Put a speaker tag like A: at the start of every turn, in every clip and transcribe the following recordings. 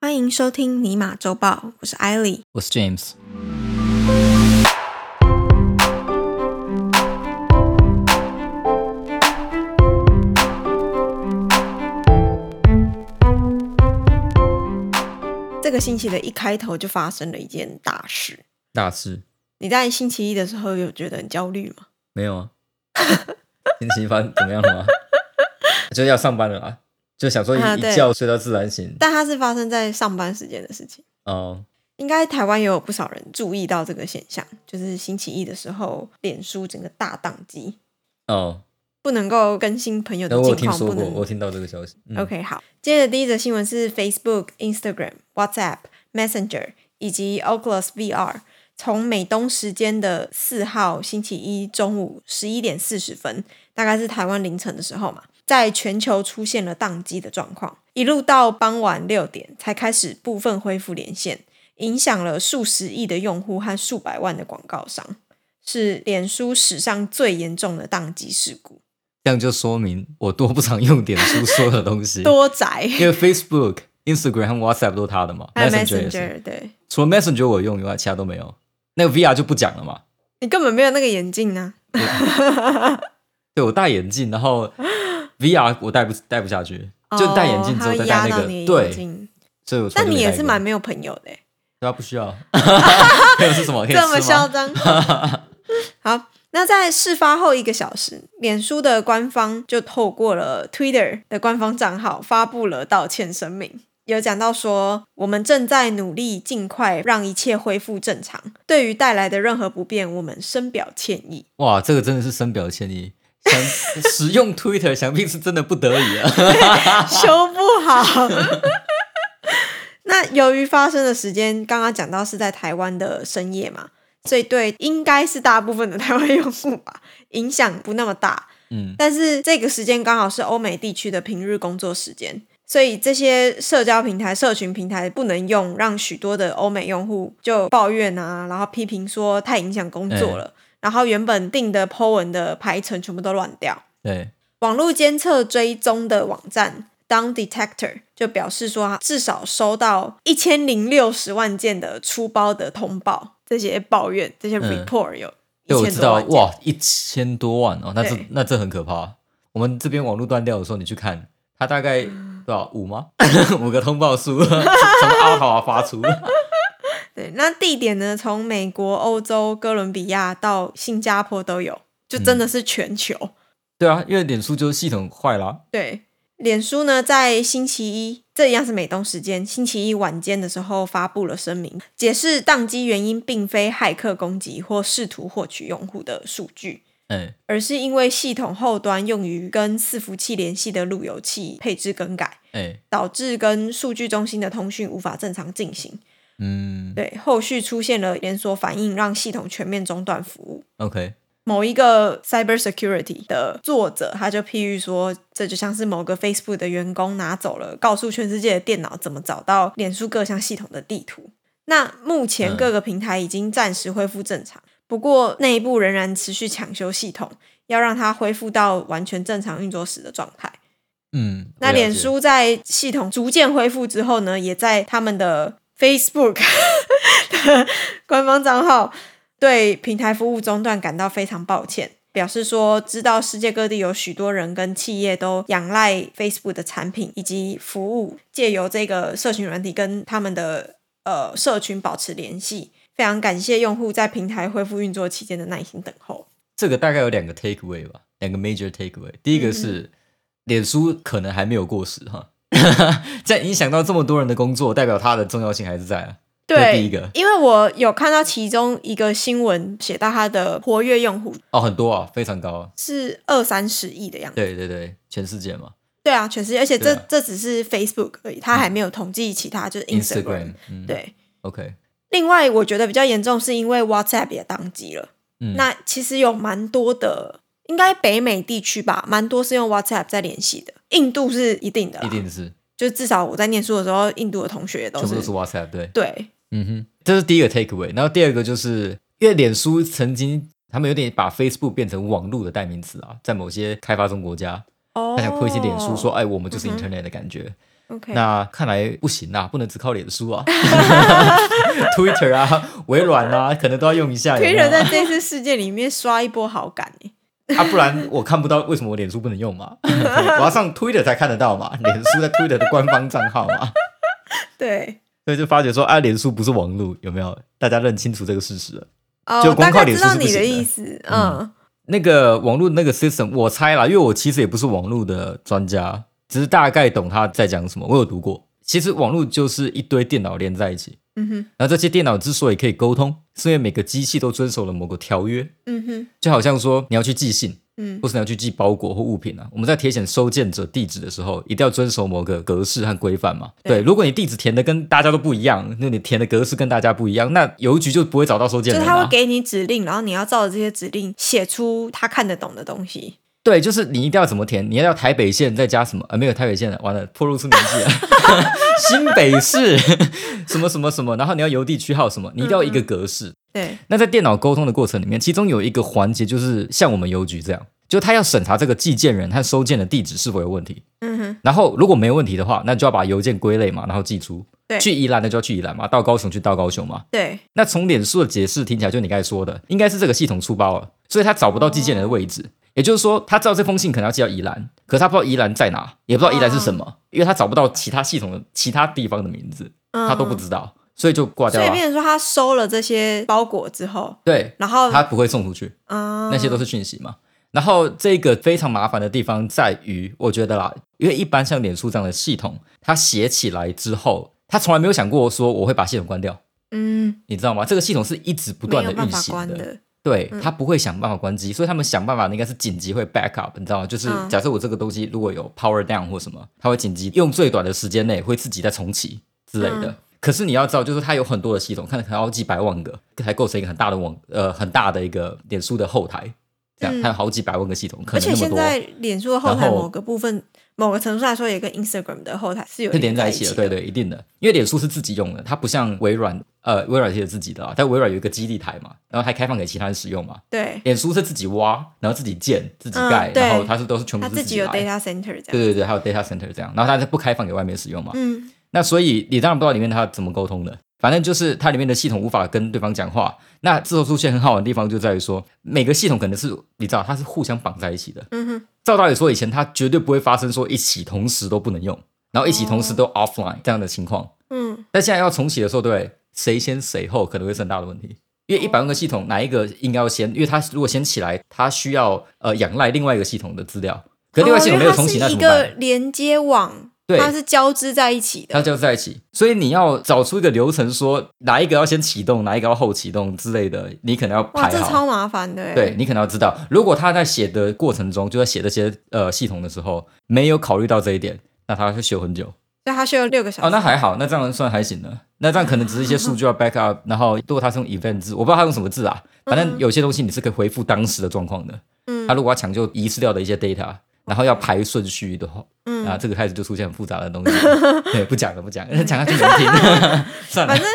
A: 欢迎收听尼玛周报，我是艾莉。
B: 我是 James。
A: 这个星期的一开头就发生了一件大事。
B: 大事
A: 你在星期一的时候有觉得很焦虑吗？
B: 没有啊？ 星期一发怎么样了吗？ 就要上班了啊，就想说一,、
A: 啊
B: 一
A: 对
B: 觉睡到自然醒。
A: 但它是发生在上班时间的事情，
B: 哦，
A: 应该台湾也有不少人注意到这个现象，就是星期一的时候，脸书整个大宕机，
B: 哦，
A: 不能够更新朋友
B: 那
A: 的
B: 我有
A: 近
B: 听
A: 况，
B: 说
A: 不
B: 过，
A: 能
B: 我有听到这个消息。嗯
A: OK，好，接着第一则新闻是 Facebook、Instagram、WhatsApp、Messenger 以及 Oculus VR，从美东时间的四号星期一中午十一点四十分，大概是台湾凌晨的时候嘛，在全球出现了宕机的状况，一路到傍晚六点才开始部分恢复连线，影响了数十亿的用户和数百万的广告商，是脸书史上最严重的宕机事故，
B: 这样就说明我多不常用脸书说的东西，
A: 多宅。
B: 因为 Facebook、Instagram 和 WhatsApp 都是他的嘛
A: 还有
B: ，Messenger 也是。
A: Messenger，对。
B: 除了 Messenger 我有用以外，其他都没有。那个 VR 就不讲了嘛。
A: 你根本没有那个眼镜啊！
B: 对我戴眼镜，然后 VR 我戴不戴不下去，就戴眼镜之后
A: 哦它
B: 再
A: 会压
B: 戴那
A: 到
B: 个。
A: 你的眼
B: 对，
A: 镜。
B: 所以我从来
A: 但
B: 就
A: 你
B: 没
A: 也
B: 戴
A: 是
B: 过
A: 蛮没有朋友的欸，
B: 对啊，不需要。还有是什 么？可以
A: 这么
B: 吃
A: 嚣
B: 吗？
A: 张。 好，那在事发后一个小时，脸书的官方就透过了 Twitter 的官方账号发布了道歉声明。有讲到说，我们正在努力尽快让一切恢复正常。对于带来的任何不便，我们深表歉意。
B: 哇，这个真的是深表歉意。想 使用 Twitter，想必是真的不得已啊。
A: 修不好。 那由于发生的时间刚刚讲到是在台湾的深夜嘛，所以对应该是大部分的台湾用户吧， 影响不那么大。
B: 嗯，
A: 但是这个时间刚好是欧美地区的平日工作时间，所以这些社交平台、社群平台不能用，让许多的欧美用户就抱怨啊，然后批评说太影响工作了，然后原本定的 Po 文的排程全部都乱掉。
B: 对，
A: 网络监测追踪的网站 Down Detector 就表示说，它至少收到一千零六十万件的出包的通报，这些抱怨，这些
B: 嗯
A: report 有
B: 对，
A: 一
B: 我
A: 千
B: 知
A: 多
B: 道，
A: 万件。
B: 哇，一千多万哦，那这
A: 对
B: 那这很可怕。我们这边网络断掉的时候，你去看，它大概
A: 嗯
B: 多少五吗？ 五个通报数 从阿华发出。
A: 对，那地点呢？从美国、欧洲、哥伦比亚到新加坡都有，就真
B: 嗯
A: 的是全球。
B: 对啊，因为脸书就是系统坏啦。
A: 对，脸书呢在星期一，这一样是美东时间，星期一晚间的时候发布了声明，解释宕机原因并非骇客攻击或试图获取用户的数据，
B: 哎，
A: 而是因为系统后端用于跟伺服器联系的路由器配置更改，
B: 哎，
A: 导致跟数据中心的通讯无法正常进行。
B: 嗯
A: 对，后续出现了连锁反应，让系统全面中断服务。
B: ，OK，
A: 某一个 cybersecurity 的作者，他就譬喻说，这就像是某个 Facebook 的员工拿走了告诉全世界的电脑怎么找到脸书各项系统的地图。那目前
B: 嗯
A: 各个平台已经暂时恢复正常，不过内部仍然持续抢修系统，要让它恢复到完全正常运作时的状态。
B: 嗯，
A: 那
B: 我了解
A: 脸书在系统逐渐恢复之后呢，也在他们的 Facebook 的官方账号对平台服务中断感到非常抱歉，表示说知道世界各地有许多人跟企业都仰赖 Facebook 的产品以及服务，借由这个社群软体跟他们的呃社群保持联系。非常感谢用户在平台恢复运作期间的耐心等候。
B: 这个大概有两个 takeaway 吧，两个 major takeaway。第一个是、
A: 嗯
B: 脸书可能还没有过时哈， 在影响到这么多人的工作，代表它的重要性还是在啊。这是第一个
A: 因为我有看到其中一个新闻写到它的活跃用户
B: 哦，很多啊，非常高啊。
A: 是二三十亿的样子。
B: 对对对，全世界嘛
A: 对啊，全世界，而且这、
B: 对啊
A: 这只是 Facebook 而已，它还没有统计其他，就是 Instagram。
B: 嗯，
A: 对，
B: ，OK，
A: 另外我觉得比较严重是因为 WhatsApp 也宕机了。
B: 嗯，
A: 那其实有蛮多的，应该北美地区吧，蛮多是用 WhatsApp 在联系的。印度是一定的啦，
B: 一定是
A: 就至少我在念书的时候，印度的同学也都
B: 全部
A: 是
B: 都是 WhatsApp 对，
A: 对，
B: 嗯哼，这是第一个 takeaway。然后第二个就是，因为脸书曾经他们有点把 Facebook 变成网络的代名词啊，在某些开发中国家，
A: 哦，
B: 他想推一些脸书说，哎，我们就是
A: 嗯哼
B: Internet 的感觉。
A: OK，
B: 那看来不行啊，不能只靠脸书啊，Twitter 啊，微软啊，可能都要用一下。有没有
A: Twitter 在这次事件里面刷一波好感欸
B: 啊，不然我看不到为什么我脸书不能用嘛？我要上 Twitter 才看得到嘛，脸书在 Twitter 的官方账号嘛。
A: 对，
B: 所以就发觉说，啊，脸书不是网络，有没有？大家认清楚这个事实了。
A: 哦，
B: 就
A: 我
B: 光
A: 大
B: 靠
A: 概
B: 脸
A: 知
B: 书
A: 道
B: 是不
A: 你
B: 行
A: 的
B: 的
A: 意思，嗯，
B: 那个网络那个 system，我猜啦，因为我其实也不是网络的专家，只是大概懂他在讲什么。我有读过，其实网络就是一堆电脑连在一起，
A: 嗯哼，
B: 然后这些电脑之所以可以沟通，是因为每个机器都遵守了某个条约，
A: 嗯哼，
B: 就好像说你要去寄信，
A: 嗯
B: 或是你要去寄包裹或物品啊，我们在填写收件者地址的时候，一定要遵守某个格式和规范嘛。
A: 对
B: 对，如果你地址填的跟大家都不一样，那你填的格式跟大家不一样，那邮局就不会找到收件
A: 就是
B: 人
A: 他
B: 啊
A: 会。给你指令，然后你要照着这些指令写出他看得懂的东西。
B: 对，就是你一定要怎么填，你要要台北县再加什么？呃，没有台北县的，完了，破露出年纪了。 新北市什么什么什么，然后你要邮地区号什么，你一定要一个格式。
A: 对，
B: 那在电脑沟通的过程里面，其中有一个环节就是像我们邮局这样，就他要审查这个寄件人和收件的地址是否有问题。
A: 嗯哼，
B: 然后如果没问题的话，那就要把邮件归类嘛，然后寄出。
A: 对
B: 去宜兰的就要去宜兰嘛，到高雄去到高雄嘛。
A: 对，
B: 那从脸书的解释听起来，就你刚才说的，应该是这个系统出包了，所以他找不到寄件人的位置。也就是说，他知道这封信可能要寄到宜兰，可是他不知道宜兰在哪，也不知道宜兰是什
A: 啊
B: 么，因为他找不到其他系统的其他地方的名字，
A: 嗯
B: 他都不知道，所以就挂掉啊
A: 所以
B: 了。
A: 变成说他收了这些包裹之后，
B: 对，
A: 然后
B: 他不会送出去。
A: 嗯，
B: 那些都是讯息嘛。然后这个非常麻烦的地方在于，我觉得啦，因为一般像脸书这样的系统，它写起来之后，它从来没有想过说我会把系统关掉，
A: 嗯
B: 你知道吗？这个系统是一直不
A: 没
B: 断
A: 有
B: 的
A: 办
B: 运
A: 法
B: 行
A: 关
B: 的，
A: 的，
B: 对，
A: 嗯
B: 它不会想办法关机，所以他们想办法应该是紧急会 back up，你知道吗？就是
A: 嗯
B: 假设我这个东西如果有 power down 或什么，它会紧急用最短的时间内会自己再重启之类的。
A: 嗯
B: 可是你要知道，就是它有很多的系统，看可能好几百万个，才构成一个很大的网呃很大的一个脸书的后台，这样、
A: 嗯
B: 它有好几百万个系统，可
A: 而
B: 能
A: 且
B: 那么
A: 现
B: 多。
A: 在脸书的后台
B: 然后
A: 某个部分，某个程度来说，也跟 Instagram 的后台是有
B: 是连在
A: 在
B: 一起的，对，对，一定的。因为脸书是自己用的，它不像微软，呃，微软也有自己的啊，但微软有一个基地台嘛，然后还开放给其他人使用嘛。
A: 对，
B: 脸书是自己挖，然后自己建、自己
A: 嗯
B: 盖，
A: 对
B: 然后它是都是全部
A: 他
B: 是自
A: 自己有
B: 来
A: data center 这
B: 对
A: 样，
B: 对对，还有 data center 这样，然后它是不开放给外面使用嘛。
A: 嗯
B: 那所以你当然不知道里面它怎么沟通的，反正就是它里面的系统无法跟对方讲话。那之后出现很好玩的地方就在于说，每个系统可能是你知道它是互相绑在一起的。
A: 嗯哼，
B: 照道理说，以前它绝对不会发生说一起同时都不能用，然后一起同
A: 哦
B: 时都 offline 这样的情况。
A: 嗯
B: 但现在要重启的时候，对不对谁先谁后可能会是很大的问题。因为一百万个系统，哪一个应该要先？因为它如果先起来，它需要呃仰赖另外一个系统的资料，可是另外系统没有重启，
A: 哦
B: 那
A: 因
B: 怎
A: 为
B: 么
A: 它是
B: 办
A: 一？个连接网，
B: 对
A: 它是交织在一起的，
B: 它就在一起。所以你要找出一个流程说哪一个要先启动，哪一个要后启动之类的，你可能要
A: 哇，
B: 排
A: 这
B: 好。
A: 超麻烦的，欸
B: 对，你可能要知道，如果他在写的过程中，就在写这些呃系统的时候，没有考虑到这一点，那他会修很久。
A: 所以它需要六个小时，
B: 哦，那还好，那这样算还行的。那这样可能只是一些数据要 back up，然后如果他是用 event 字，我不知道他用什么字啊，反正有些东西你是可以回复当时的状况的。
A: 嗯
B: 他如果要抢救遗失掉的一些 data，然后要排顺序的话，
A: 嗯
B: 啊，这个开始就出现很复杂的 东西了。对，不讲了，不讲了，讲下去难听。算了
A: 反，正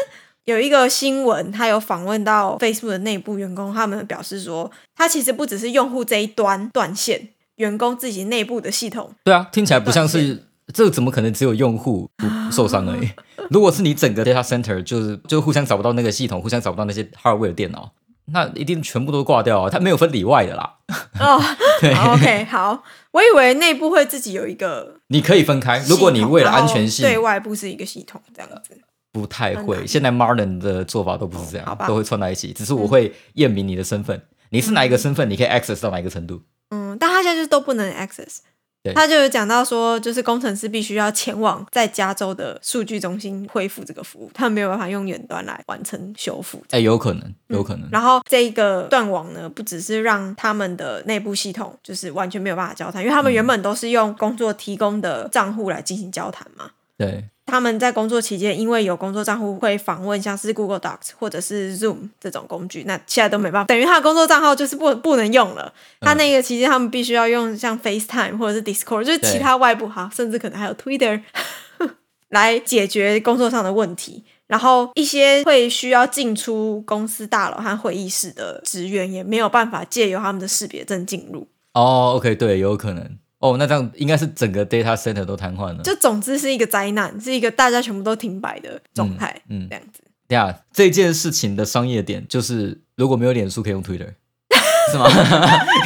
A: 有一个新闻，他有访问到 Facebook 的内部员工，他们表示说，他其实不只是用户这一端断线，员工自己内部的系 统，
B: 对啊，听起来不像是这个怎么可能只有用户不 受伤而已？如果是你整个 data center 就是就互相找不到那个系统，互相找不到那些 hardware 的电脑，那一定全部都挂掉啊，它没有分里外的啦。
A: 哦
B: 对。
A: 好，OK，好，我以为内部会自己有一个
B: 你可以分开
A: 系，统，
B: 如果你为了
A: 然后
B: 安全性，
A: 对外部是一个系统这样子。
B: 不太
A: 很
B: 会。
A: 难
B: 现在 Marlon 的做法都不是这
A: 好
B: 样
A: 吧，
B: 都会串在一起。只是我会验明你的身份，你是哪一个身份，你可以 access 到哪一个程度。
A: 嗯，但他现在就是都不能 access
B: 对。
A: 他就有讲到说，就是工程师必须要前往在加州的数据中心恢复这个服务，他没有办法用远端来完成修复。
B: 哎，有可能，有可能。
A: 嗯然后这一个断网呢，不只是让他们的内部系统就是完全没有办法交谈，因为他们原本都是用工作提供的账户来进行交谈嘛。
B: 对，
A: 他们在工作期间，因为有工作账户会访问像是 Google Docs 或者是 Zoom 这种工具，那现在都没办法，等于他的工作账号就是不不能用了。
B: 嗯
A: 他那个期间，他们必须要用像 FaceTime 或者是 Discord，就是
B: 对
A: 其他外部哈，甚至可能还有 Twitter 来解决工作上的问题。然后一些会需要进出公司大楼和会议室的职员，也没有办法借由他们的识别证进入。
B: 哦，OK，对，有可能。哦，那这样应该是整个 data center 都瘫痪了。
A: 就总之是一个灾难，是一个大家全部都停摆的状态，
B: 嗯嗯
A: 这样子。
B: 对啊，这件事情的商业点就是，如果没有脸书，可以用 Twitter，是吗？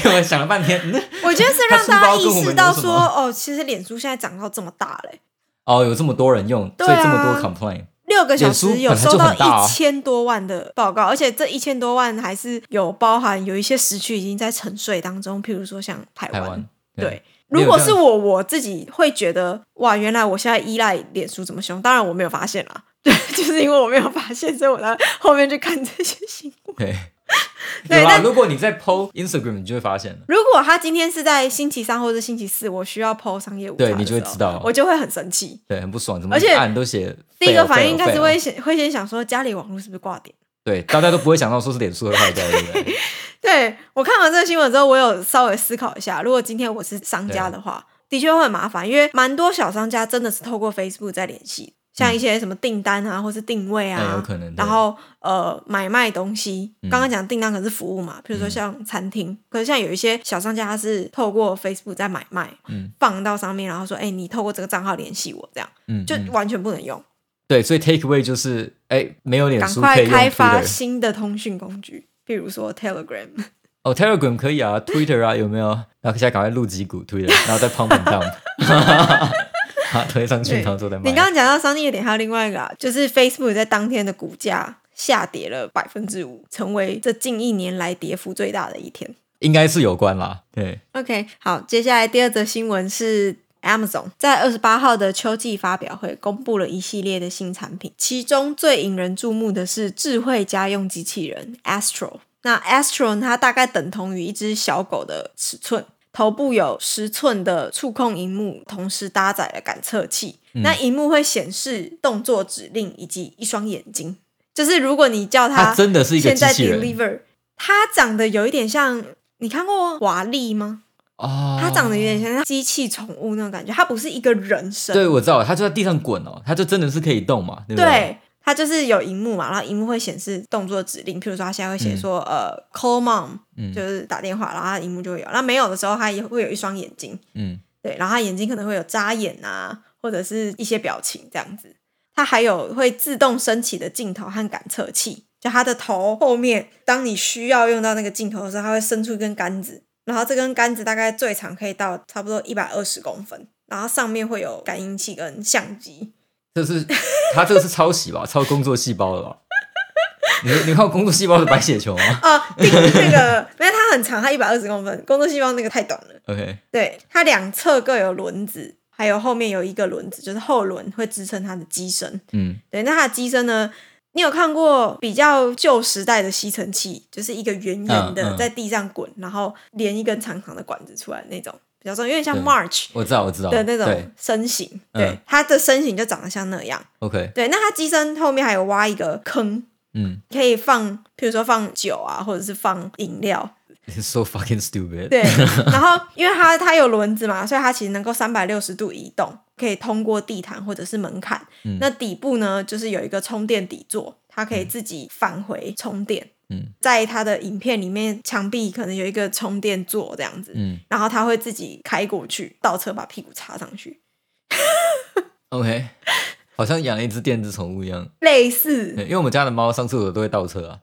B: 我想了半天，嗯
A: 我觉得是让大家意识
B: 他
A: 到
B: 书包跟
A: 说，
B: 我们
A: 哦，其实脸书现在涨到这么大嘞、
B: 哦，有这么多人用，
A: 对
B: 所以这
A: 啊
B: 么多 complain，
A: 六个小时有收到
B: 脸书本来就很大啊
A: 一千多万的报告，而且这一千多万还是有包含有一些时区已经在沉睡当中，譬如说像台
B: 台
A: 湾。
B: 湾
A: 对，如
B: 没有
A: 果
B: 这
A: 是
B: 样
A: 我我自己会觉得，哇，原来我现在依赖脸书这么凶，当然我没有发现啦。 对，就是因为我没有发现，所以我在后面去看这些新闻。
B: 对。
A: 对
B: 有啦，
A: 但
B: 如果你在 PO Instagram，你就会发现了。
A: 如果他今天是在星期三或者星期四，我需要 PO 商业午餐的
B: 对
A: 时候，
B: 你就会知道
A: 我就会很生气。
B: 对，很不爽，怎么
A: 而且
B: 按都写 fail，fail，fail。
A: 第一个反应应该是
B: fail
A: 会先会先想说家里网络是不是挂点？
B: 对，大家都不会想到说是脸书会坏掉，对不对？
A: 对我看完这个新闻之后，我有稍微思考一下，如果今天我是商家的话，的确会很麻烦，因为蛮多小商家真的是透过 Facebook 在联系，像一些什么订单啊，或是定位啊，
B: 嗯嗯有可能对嗯
A: 然后呃，买卖东西，刚刚讲订单可能是服务嘛，比如说像餐厅，可是像有一些小商家他是透过 Facebook 在买卖，
B: 嗯
A: 放到上面，然后说，哎、你透过这个账号联系我，这样
B: 嗯，
A: 就
B: 嗯
A: 完全不能用，
B: 对，所以 takeaway 就是，哎，没有脸
A: 赶
B: 书可
A: 快
B: 以用
A: 开发
B: Twitter。
A: 新的通讯工具，比如说 Telegram。
B: 哦，Telegram 可以啊，Twitter 啊，有没有？然后现在赶快录几股 Twitter，然后再 pump and dump，好 推上去，
A: 对
B: 然后之后再卖。
A: 你刚刚讲到商业点，还有另外一个、啊，就是 Facebook 在当天的股价下跌了百分之五，成为这近一年来跌幅最大的一天。
B: 应该是有关啦，对，
A: OK，好，接下来第二则新闻是 Amazon 在二十八号的秋季发表会公布了一系列的新产品，其中最引人注目的是智慧家用机器人 Astro。那 Astro 呢它大概等同于一只小狗的尺寸，头部有十寸的触控荧幕，同时搭载了感测器。
B: 嗯
A: 那荧幕会显示动作指令以及一双眼睛，就是如果你叫它
B: 它真的是一个
A: 现在
B: 机器人
A: deliver，它长得有一点像，你看过瓦力吗？
B: 哦，
A: 它长得有点像机器宠物那种感觉，它不是一个人身，
B: 对，我知道，它就在地上滚哦，它就真的是可以动嘛，对不对？
A: 对它就是有荧幕嘛，然后荧幕会显示动作指令，譬如说它现在会写说、呃 call mom，、
B: 嗯
A: 就是打电话，然后它荧幕就会有，那没有的时候它也会有一双眼睛，
B: 嗯，
A: 对，然后它眼睛可能会有眨眼啊，或者是一些表情这样子。它还有会自动升起的镜头和感测器，就它的头后面，当你需要用到那个镜头的时候，它会伸出一根杆子，然后这根杆子大概最长可以到差不多一百二十公分，然后上面会有感应器跟相机。
B: 这是 它这个是抄袭吧，抄工作细胞了吧？ 你你看我工作细胞的白血球吗
A: 哦，定那个，因为它很长，它一百二十公分，工作细胞那个太短了。
B: ？OK，
A: 对，它两侧各有轮子，还有后面有一个轮子，就是后轮会支撑它的机身。
B: 嗯，
A: 对，那它的机身呢？你有看过比较旧时代的吸尘器，就是一个圆圆的
B: 嗯嗯
A: 在地上滚，然后连一根长长的管子出来那种，比较重，有点像
B: 对
A: March
B: 我知道我知道
A: 的那
B: 对
A: 种身形。
B: 嗯
A: 对，它的身形就长得像那样。
B: ，OK，
A: 对，那它机身后面还有挖一个坑，
B: 嗯
A: 可以放，譬如说放酒啊，或者是放饮料。
B: ，It's，so fucking stupid，
A: 对，然后因为它它有轮子嘛，所以它其实能够三百六十度移动，可以通过地毯或者是门槛。
B: 嗯
A: 那底部呢，就是有一个充电底座，它可以自己返回充电。
B: 嗯
A: 在它的影片里面，墙壁可能有一个充电座这样子，
B: 嗯
A: 然后它会自己开过去，倒车把屁股插上去，
B: ，OK，好像养了一只电子宠物一样，
A: 类似
B: 对因为我们家的猫上厕所都会倒车啊，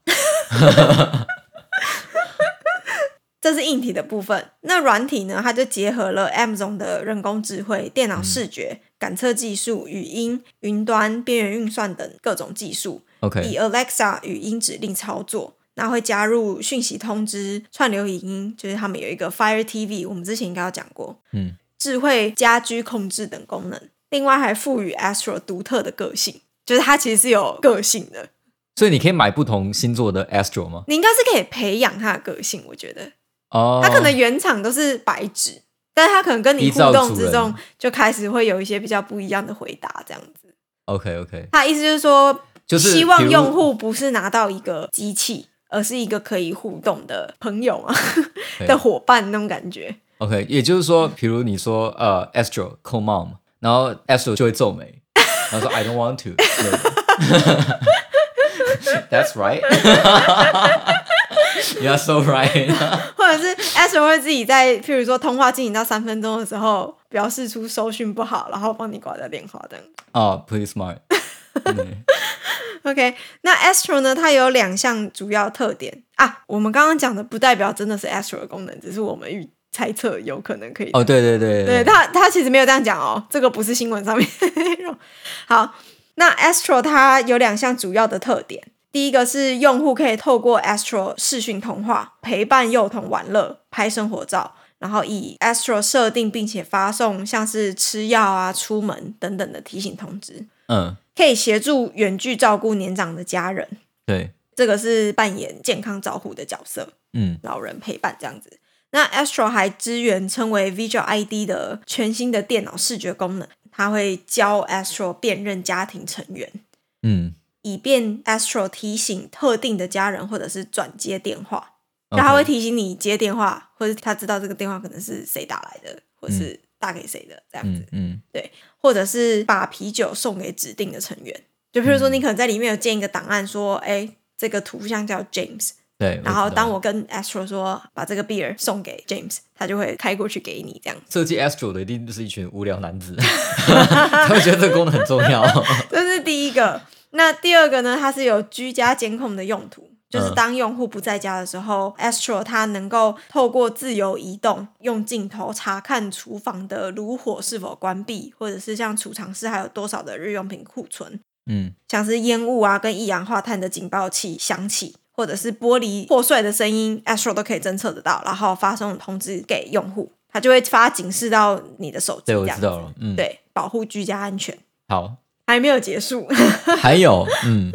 A: 这是硬体的部分。那软体呢？它就结合了 Amazon 的人工智慧、电
B: 嗯
A: 脑视觉、感测技术、语音、云端边缘运算等各种技术，以
B: OK，
A: Alexa 语音指令操作。那会加入讯息通知、串流影音，就是他们有一个 Fire TV，我们之前应该有讲过，
B: 嗯，
A: 智慧家居控制等功能。另外还赋予 Astro 独特的个性，就是它其实是有个性的。
B: 所以你可以买不同星座的 Astro 吗？
A: 你应该是可以培养它的个性，我觉得。
B: 哦，
A: 它可能原厂都是白纸，但是它可能跟你
B: 依
A: 互
B: 照
A: 动
B: 主
A: 之
B: 人
A: 中就开始会有一些比较不一样的回答，这样子。
B: OK OK，
A: 它的意思就是说，
B: 就是
A: 希望
B: 比如
A: 用户不是拿到一个机器，而是一个可以互动的朋友啊
B: 对
A: 的伙伴那种感觉。
B: OK，也就是说，比如你说呃，Astro call mom，然后 Astro 就会皱眉，然后说 I don't want to 之类的。That's right 。 You are so right
A: 或者是 Astro 会自己在，譬如说通话进行到三分钟的时候，表示出收讯不好，然后帮你挂掉电话这样。
B: 哦、p r e t t y smart 嗯。
A: OK，那 Astro 呢？它有两项主要特点啊。我们刚刚讲的不代表真的是 Astro 的功能，只是我们预猜测有可能可以。
B: 哦，对对对
A: 对他，他其实没有这样讲哦，这个不是新闻上面的内容。好，那 Astro 它有两项主要的特点，第一个是用户可以透过 Astro 视讯通话陪伴幼童玩乐、拍生活照，然后以 Astro 设定并且发送像是吃药啊、出门等等的提醒通知，
B: 嗯，
A: 可以协助远距照顾年长的家人，
B: 对，
A: 这个是扮演健康照护的角色。
B: 嗯，
A: 老人陪伴这样子。那 Astro 还支援称为 Visual ID 的全新的电脑视觉功能，它会教 Astro 辨认家庭成员，
B: 嗯，
A: 以便 Astro 提醒特定的家人或者是转接电话。
B: OK
A: 那它会提醒你接电话，或者他知道这个电话可能是谁打来的，或是打给谁的这样子
B: 嗯，嗯，
A: 或者是把啤酒送给指定的成员。就比如说，
B: 嗯
A: 你可能在里面有建一个档案，说，哎、这个图像叫 James，
B: 对。
A: 然后
B: 知道
A: 当我跟 Astro 说把这个 beer 送给 James，他就会开过去给你这样。
B: 设计 Astro 的一定就是一群无聊男子， 他们觉得这个功能很重要。
A: 这是第一个。那第二个呢？它是有居家监控的用途，就是
B: 嗯
A: 当用户不在家的时候、a s t r o 它能够透过自由移动，用镜头查看厨房的炉火是否关闭，或者是像储藏室还有多少的日用品库存，
B: 嗯，
A: 像是烟雾啊跟一氧化碳的警报器响起，或者是玻璃破碎的声音，Astro 都可以侦测得到，然后发送通知给用户，它就会发警示到你的手机。
B: 对，我
A: 这样
B: 知
A: 子
B: 道了。嗯，，
A: 对，保护居家安全。
B: 好，
A: 还没有结束
B: 还有，嗯，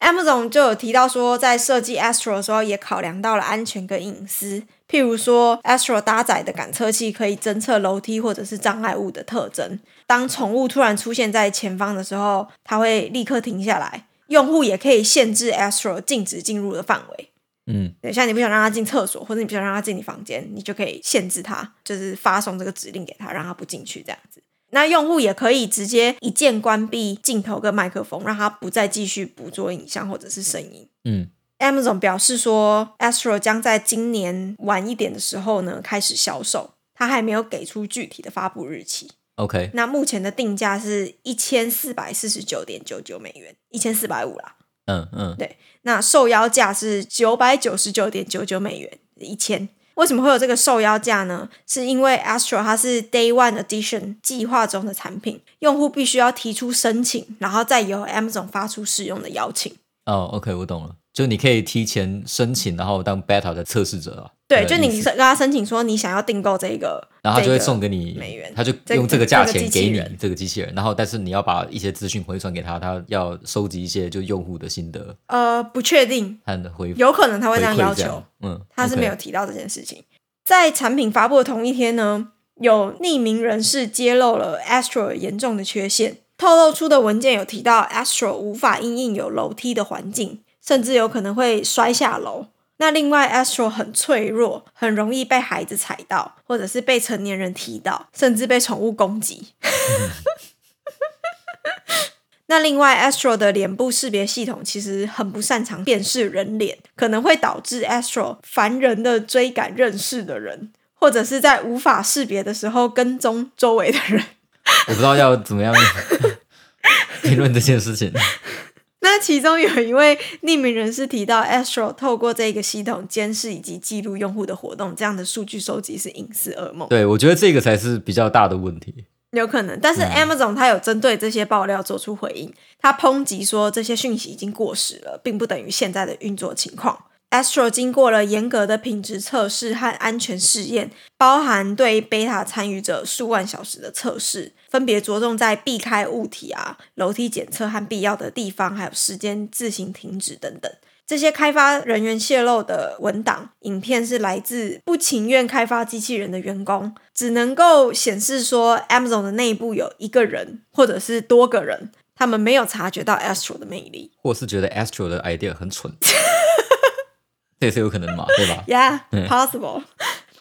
A: ，Amazon 就有提到说，在设计 Astro 的时候，也考量到了安全跟隐私。譬如说，Astro 搭载的感测器可以侦测楼梯或者是障碍物的特征。当宠物突然出现在前方的时候，它会立刻停下来。用户也可以限制 Astro 禁止进入的范围。
B: 嗯，
A: 对，像你不想让它进厕所，或者你不想让它进你房间，你就可以限制它，就是发送这个指令给它，让它不进去这样子。那用户也可以直接一键关闭镜头跟麦克风，让它不再继续捕捉影像或者是声音。
B: 嗯，
A: Amazon 表示说，Astro 将在今年晚一点的时候呢开始销售，它还没有给出具体的发布日期。
B: ，OK，
A: 那目前的定价是一千四百四十九点九九美元，一千四百五啦。
B: 嗯嗯，
A: 那受邀价是九百九十九点九九美元，一千。为什么会有这个受邀价呢？是因为 Astro 它是 Day One Edition 计划中的产品，用户必须要提出申请，然后再由 Amazon 发出试用的邀请。
B: 哦，OK，我懂了。就你可以提前申请，然后当 beta 的测试者啊。
A: 对，
B: 的
A: 就
B: 意
A: 你
B: 思
A: 跟他申请说你想要订购这个，
B: 然后他就会
A: 这个
B: 送给你
A: 美元
B: 他就
A: 这
B: 用
A: 这
B: 这
A: 个
B: 个价
A: 这个
B: 钱
A: 机器
B: 给你
A: 人
B: 这个机器人，然后但是你要把一些资讯回传给他，他要收集一些就用户的心得
A: 呃，不确定，
B: 和回
A: 有可能他会这样
B: 回馈
A: 要
B: 这
A: 求。
B: 样嗯，
A: 他是
B: OK
A: 没有提到这件事情。在产品发布的同一天呢，有匿名人士揭露了 Astro 严重的缺陷，透露出的文件有提到 Astro 无法因应有楼梯的环境，甚至有可能会摔下楼。那另外，Astro 很脆弱，很容易被孩子踩到，或者是被成年人踢到，甚至被宠物攻击。那另外，Astro 的脸部识别系统其实很不擅长辨识人脸，可能会导致 Astro 烦人的追赶认识的人，或者是在无法识别的时候跟踪周围的人。
B: 我不知道要怎么样 评论这件事情。
A: 那其中有一位匿名人士提到，Astro 透过这个系统监视以及记录用户的活动，这样的数据收集是隐私噩梦，
B: 对，我觉得这个才是比较大的问题。
A: 有可能。但是 Amazon 它有针对这些爆料做出回应，它抨击说这些讯息已经过时了，并不等于现在的运作情况。Astro 经过了严格的品质测试和安全试验，包含对贝塔参与者数万小时的测试，分别着重在避开物体啊、楼梯检测和必要的地方，还有时间自行停止等等。这些开发人员泄露的文档、影片是来自不情愿开发机器人的员工，只能够显示说 Amazon 的内部有一个人或者是多个人，他们没有察觉到 Astro 的魅力。
B: 或是觉得 Astro 的 idea 很蠢，这也是有可能的嘛，对吧？
A: Yeah,
B: 嗯
A: possible.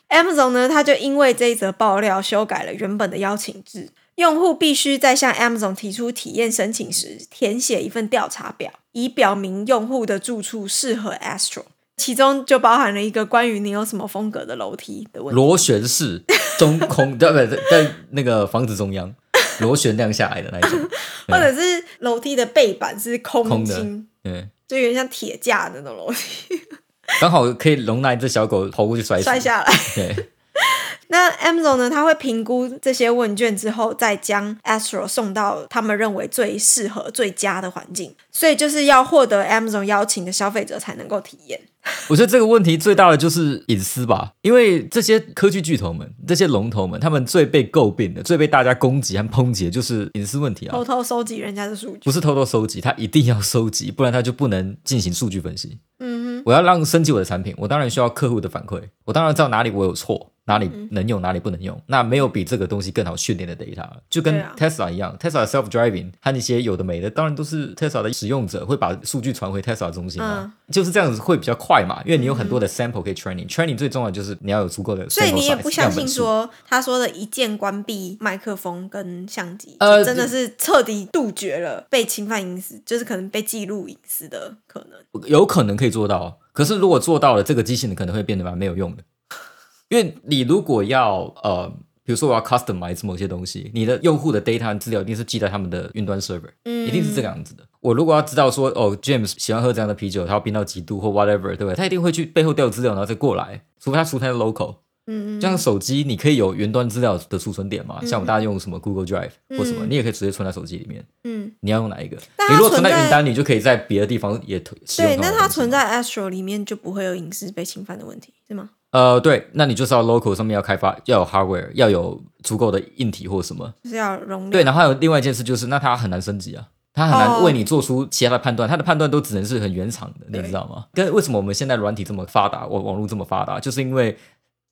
A: Amazon 呢，它就因为这一则爆料修改了原本的邀请制，用户必须在向 Amazon 提出体验申请时填写一份调查表，以表明用户的住处适合 Astro。其中就包含了一个关于你有什么风格的楼梯的问题。
B: 螺旋式中空，对不对？在在那个房子中央螺旋这样下来的那一种，
A: 或者是楼梯的背板是空
B: 空
A: 心，
B: 的对，
A: 就有点像铁架的那种楼梯，
B: 刚好可以容纳一只小狗跑过去摔死
A: 摔下来。
B: 对，
A: 那 Amazon 呢，他会评估这些问卷之后，再将 Astro 送到他们认为最适合、最佳的环境。所以就是要获得 Amazon 邀请的消费者才能够体验。
B: 我觉得这个问题最大的就是隐私吧，因为这些科技巨头们、这些龙头们，他们最被诟病的、最被大家攻击和抨击的就是隐私问题啊
A: 偷。偷收集人家的数据。
B: 不是偷偷收集，他一定要收集，不然他就不能进行数据分析。嗯哼，我要让升级我的产品，我当然需要客户的反馈，我当然知道哪里我有错，哪里
A: 嗯
B: 能用，哪里不能用。那没有比这个东西更好训练的 data，了就跟
A: 对啊
B: Tesla 一样、t e s l a self driving 和一些有的没的，当然都是 Tesla 的使用者会把数据传回 Tesla 中心
A: 嗯
B: 啊，就是这样子会比较快嘛，因为你有很多的 sample 可以 training，training、最重要的就是你要有足够的 sample size，
A: 所以你也不相
B: 样本
A: 信
B: 数
A: 说他说的一键关闭麦克风跟相机，
B: 呃
A: 就真的是彻底杜绝了被侵犯隐私，就是可能被记录隐私的可能。
B: 有可能可以做到，哦可是如果做到了，这个机器人可能会变得蛮没有用的，因为你如果要呃，比如说我要 customize 某些东西，你的用户的 data 资料一定是记在他们的云端 server，
A: 嗯
B: 一定是这个样子的。我如果要知道说哦，James 喜欢喝这样的啤酒，他要冰到几度或 whatever，对不对？他一定会去背后调资料，然后再过来，除非他出他的 local。
A: 嗯
B: 就像手机，你可以有云端资料的储存点嘛？像我们大家用什么 Google Drive 或什么，
A: 嗯
B: 你也可以直接存在手机里面。
A: 嗯，
B: 你要用哪一个？
A: 但它
B: 你如果
A: 存
B: 存
A: 在
B: 在云端，你就可以在别的地方也使用
A: 对，
B: 同样
A: 那
B: 的
A: 它
B: 东西
A: 存在 Astro 里面就不会有隐私被侵犯的问题，是吗？
B: 呃，对，那你就是要 local 上面要开发，要有 hardware，要有足够的硬体或什么。
A: 就是要容量。
B: 对，然后还有另外一件事就是，那它很难升级啊，它很难
A: 哦
B: 为你做出其他的判断，它的判断都只能是很原厂的，
A: 对
B: 你知道吗？跟为什么我们现在软体这么发达，网网络这么发达，就是因为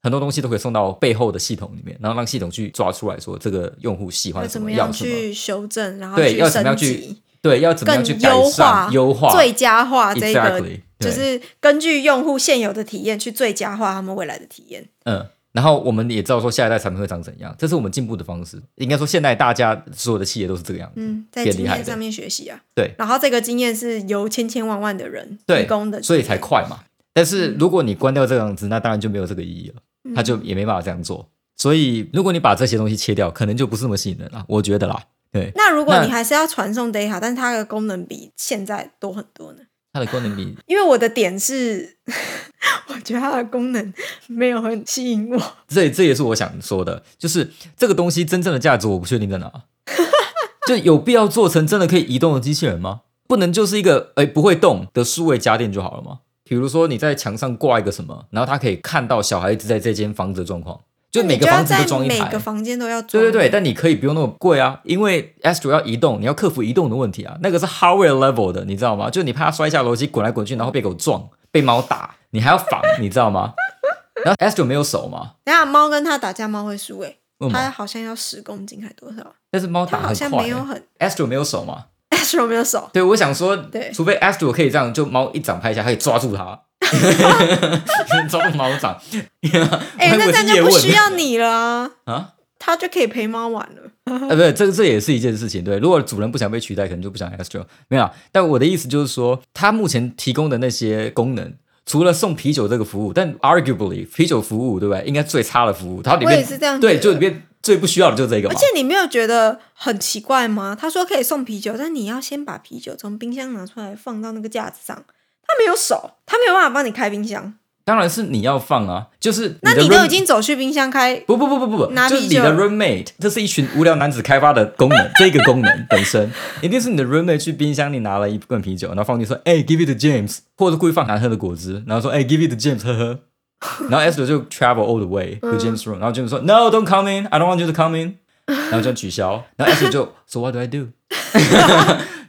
B: 很多东西都可以送到背后的系统里面，然后让系统去抓出来说这个用户喜
A: 要
B: 欢什
A: 怎
B: 么，
A: 么
B: 要
A: 样
B: 什么，
A: 去修正，然后
B: 对要怎么
A: 升
B: 样
A: 级，
B: 对，要怎么样
A: 更
B: 去改
A: 优化、
B: 善、优化、
A: 最佳化这个
B: exactly，
A: 就
B: 对
A: 是根据用户现有的体验去最佳化他们未来的体验。
B: 嗯，然后我们也知道说下一代产品会长怎样，这是我们进步的方式。应该说现在大家所有的企业都是这个样子。
A: 嗯，在
B: 变
A: 经
B: 厉害
A: 验
B: 的
A: 上面学习啊。
B: 对
A: 然后这个经验是由千千万万的人
B: 对
A: 提供的，
B: 所以才。快嘛。但是如果你关掉这样子，那当然就没有这个意义了，
A: 嗯
B: 他就也没办法这样做。所以如果你把这些东西切掉，可能就不是那么吸引人了，我觉得啦。对，
A: 那如果
B: 那
A: 你还是要传送 data，但是它的功能比现在多很多呢？
B: 它的功能比
A: 因为我的点是， 我觉得它的功能没有很吸引我。
B: 这这也是我想说的，就是这个东西真正的价值我不确定在 哪，就有必要做成真的可以移动的机器人吗？不能就是一个哎不会动的数位家电就好了吗？比如说你在墙上挂一个什么，然后它可以看到小孩子在这间房子的状况，就每个
A: 那
B: 房
A: 你
B: 子
A: 就要
B: 都
A: 在
B: 装一
A: 每
B: 台，
A: 个房间都要装。
B: 对对对，但你可以不用那么贵啊，因为 Astro 要移动，你要克服移动的问题啊，那个是 hardware level 的，你知道吗？就你怕它摔下楼梯滚来滚去，然后被狗撞、被猫打，你还要防，你知道吗？ 然后 Astro 没有手嘛，
A: 等一下猫跟它打架，猫会输诶、
B: 为什
A: 它
B: 么？
A: 好像要十公斤还多少？
B: 但是猫
A: 它
B: 打
A: 好
B: 很
A: 像
B: 快、
A: 没有
B: 欸、
A: 很
B: ，Astro 没有手嘛？
A: ，Astro 没有 手，
B: 对，我想说，
A: 对
B: 除非 Astro 可以这样，就猫一掌拍一下，它可以抓 住它，抓住猫掌。
A: 哎、
B: 我以
A: 那
B: 为
A: 这样
B: 是叶
A: 就不需
B: 问
A: 要你了啊，
B: 啊，
A: 它就可以陪猫玩了。
B: 呃，不是，这这也是一件事情。对，如果主人不想被取代，可能就不想 Astro。没有啊，但我的意思就是说，它目前提供的那些功能，除了送啤酒这个服务，但 arguably 啤酒服务对不对？应该最差的服务，它里面
A: 我也是这样觉得
B: 对，就里面最不需要的就是这个
A: 而。
B: 嘛
A: 且你没有觉得很奇怪吗？他说可以送啤酒，但你要先把啤酒从冰箱拿出来放到那个架子上。他没有手，他没有办法帮你开冰箱。
B: 当然是你要放啊，就是
A: 那
B: 的
A: 你都
B: room-
A: 已经走去冰箱开，
B: 不不不不不不，
A: 拿
B: 就是
A: 啤
B: 你
A: 酒
B: 的 roommate，这是一群无聊男子开发的功能，这个功能本身一定是你的 roommate 去冰箱里拿了一罐啤酒，然后放进去说，哎、g i v e it to James，或者故意放难喝的果汁，然后说，哎、g i v e it to James，呵 呵。然后 Esther 就 travel all the way to James' room，、然后 James 说，No，don't come in，I don't want you to come in，然后就取消，然后 Esther 就，So what do I do？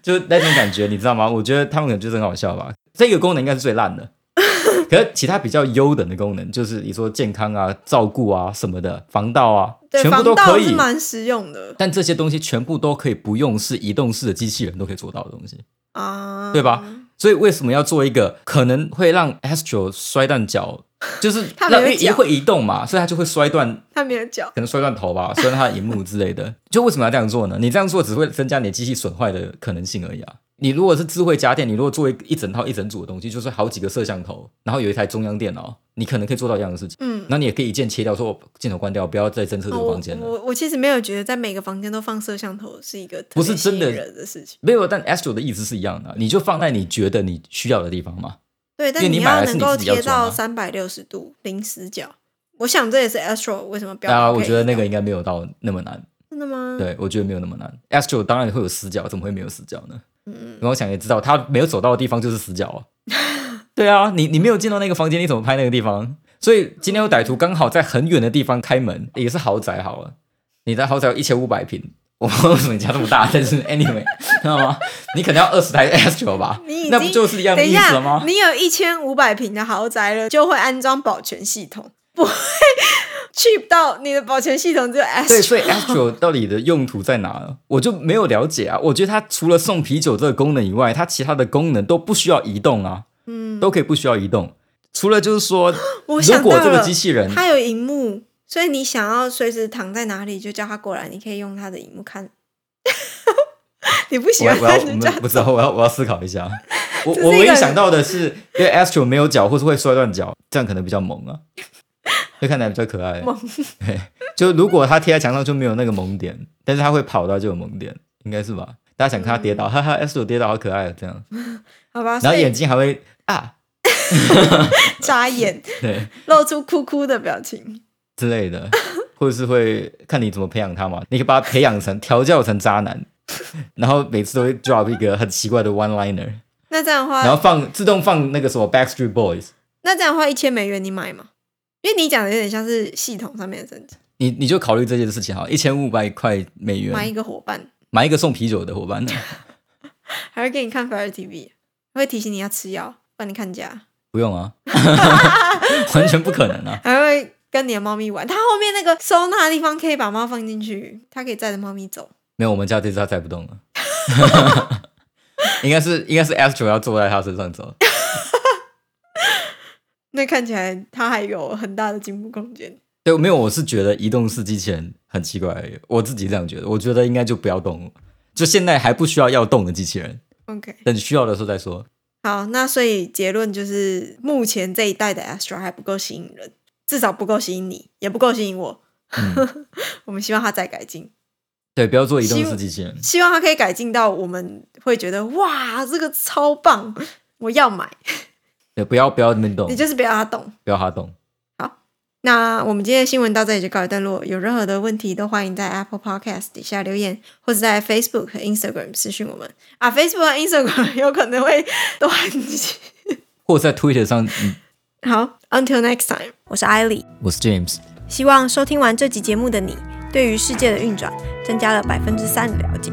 B: 就那种感觉，你知道吗？我觉得他们可能就是很好笑吧。这个功能应该是最烂的， 可是其他比较优等的功能，就是你说健康啊、照顾啊什么的，防盗啊，
A: 对，
B: 全部
A: 防
B: 都可
A: 盗是
B: 以。
A: 蛮实用的
B: 但这些东西全部都可以不用是移动式的机器人都可以做到的东西，
A: 啊，
B: 对吧？？所以为什么要做一个可能会让 Astro 摔断脚， 就是
A: 它没有
B: 让因为
A: 脚
B: 会移动嘛，所以它就会摔断，
A: 他没有脚，
B: 可能摔断头吧， 摔断它的荧幕之类的。就为什么要这样做呢？你这样做只会增加你机器损坏的可能性而已啊。你如果是智慧家电，你如果做一一整套一整组的东西，就是好几个摄像头，然后有一台中央电脑，你可能可以做到一样的事情。
A: 嗯，
B: 那你也可以一键切掉，说哦镜头关掉，不要再侦测这
A: 哦
B: 个
A: 我
B: 房间了。
A: 我我其实没有觉得在每个房间都放摄像头是一个特
B: 不是
A: 别吸
B: 真
A: 引
B: 的
A: 人的事情。
B: 没有，但 Astro 的意思是一样的，啊你就放在你觉得你需要的地方嘛。
A: 对，但
B: 因为你买
A: 要
B: 来是
A: 能
B: 你
A: 够
B: 自己要
A: 贴
B: 装
A: 到
B: 啊
A: 三百六十度零死角。我想这也是 Astro 为什么标
B: 啊，
A: 榜
B: 我
A: 可以
B: 觉得那
A: 移
B: 个
A: 动
B: 应该没有到那么难。
A: 真的吗？
B: 对，我觉得没有那么难。Astro 当然会有死角，怎么会没有死角呢？嗯，然后想也知道，他没有走到的地方就是 死角啊。对啊，你你没有进到那个房间，你怎么拍那个地方？所以今天有歹徒刚好在很远的地方开门，也是豪宅好了。你的豪宅有一千五百平，我不知道为什么你家这么大，但是 anyway，知道吗？你可能要二十台 Astro 吧
A: 你已？
B: 那不
A: 经
B: 就是一样的
A: 等一
B: 意思
A: 下
B: 了吗，？
A: 你有一千五百平的豪宅了，就会安装保全系统，不会 cheap 到你的保全系统只哎有 Astro。
B: 对，所以 Astro 到底的用途在哪呢？我就没有了解啊。我觉得它除了送啤酒这个功能以外，它其他的功能都不需要移动啊，嗯，都可以不需要移动。除了就是说，
A: 我
B: 如
A: 想到
B: 果这个
A: 了，
B: 机器人，
A: 它有荧幕，所以你想要随时躺在哪里就叫它过来，你可以用它的荧幕看。 你不喜
B: 我要
A: 欢
B: 我要我
A: 就
B: 们
A: 叫
B: 不知道，我要我要思考一 下。我
A: 这是
B: 我唯
A: 一
B: 一
A: 个
B: 想到的是，因为 Astro 没有脚，或是会摔断脚，这样可能比较萌啊，会看起来比较可爱。
A: 萌
B: 对，就如果它贴在墙上就没有那个萌点，但是它会跑到就有萌点，应该是吧？大家想看它跌倒，哈哈，Astro 跌倒好可爱哦，这样。
A: 好吧？嗯
B: 然
A: 啊所
B: 后眼
A: 以
B: 睛还会啊，
A: 眨 眼，
B: 对
A: 露出哭哭的表情。
B: 之类的，或者是会看你怎么培养他嘛，你可以把他培养成调教成渣男，然后每次都会 drop 一个很奇怪的 one liner，
A: 那这样的话，
B: 然后放自动放那个什么 Backstreet Boys，
A: 那这样的话，一千美元你买吗？因为你讲的有点像是系统上面的升级，
B: 你你就考虑这件事情哈，一千五百块美元
A: 买一个伙伴，
B: 买一个送啤酒的 伙伴，
A: 还会给你看 Fire TV，会提醒你要吃药，帮你看家，
B: 不 用啊，完全不可能啊。
A: 还会跟你的猫咪玩。它后面那个收纳的地方可以把猫放进去，它可以载着猫咪走。
B: 没有，我们家这只它载不动了。 应该是应该是 Astro 要坐在他身上走，
A: 那看起来它还有很大的进步空间。
B: 对，没有，我是觉得移动式机器人很奇怪而已，我自己这样觉得。我觉得应该就不要动，就现在还不需要要动的机器人，
A: OK，
B: 等需要的时候再说。
A: 好，那所以结论就是，目前这一代的 Astro 还不够吸引人，至少不够吸引你，也不够吸引我。
B: 嗯
A: 我们希望它再改进。
B: 对，不要做移动式机器人。
A: 希望它可以改进到我们会觉得哇，这个超棒，我要买。
B: 对，不要不要那么动
A: 你，就是不要让它动。
B: 不要哈动。
A: 那我们今天的新闻到这里就告一段落。有任何的问题都欢迎在 Apple Podcast 底下留言，或者在 Facebook 和 Instagram 私讯我们啊。Facebook 和 Instagram 有可能会都很
B: 或者在 Twitter 上，嗯，
A: 好。Until next time，我是艾莉。
B: 我是 James，
A: 希望收听完这集节目的你，对于世界的运转增加了百分之三的了解。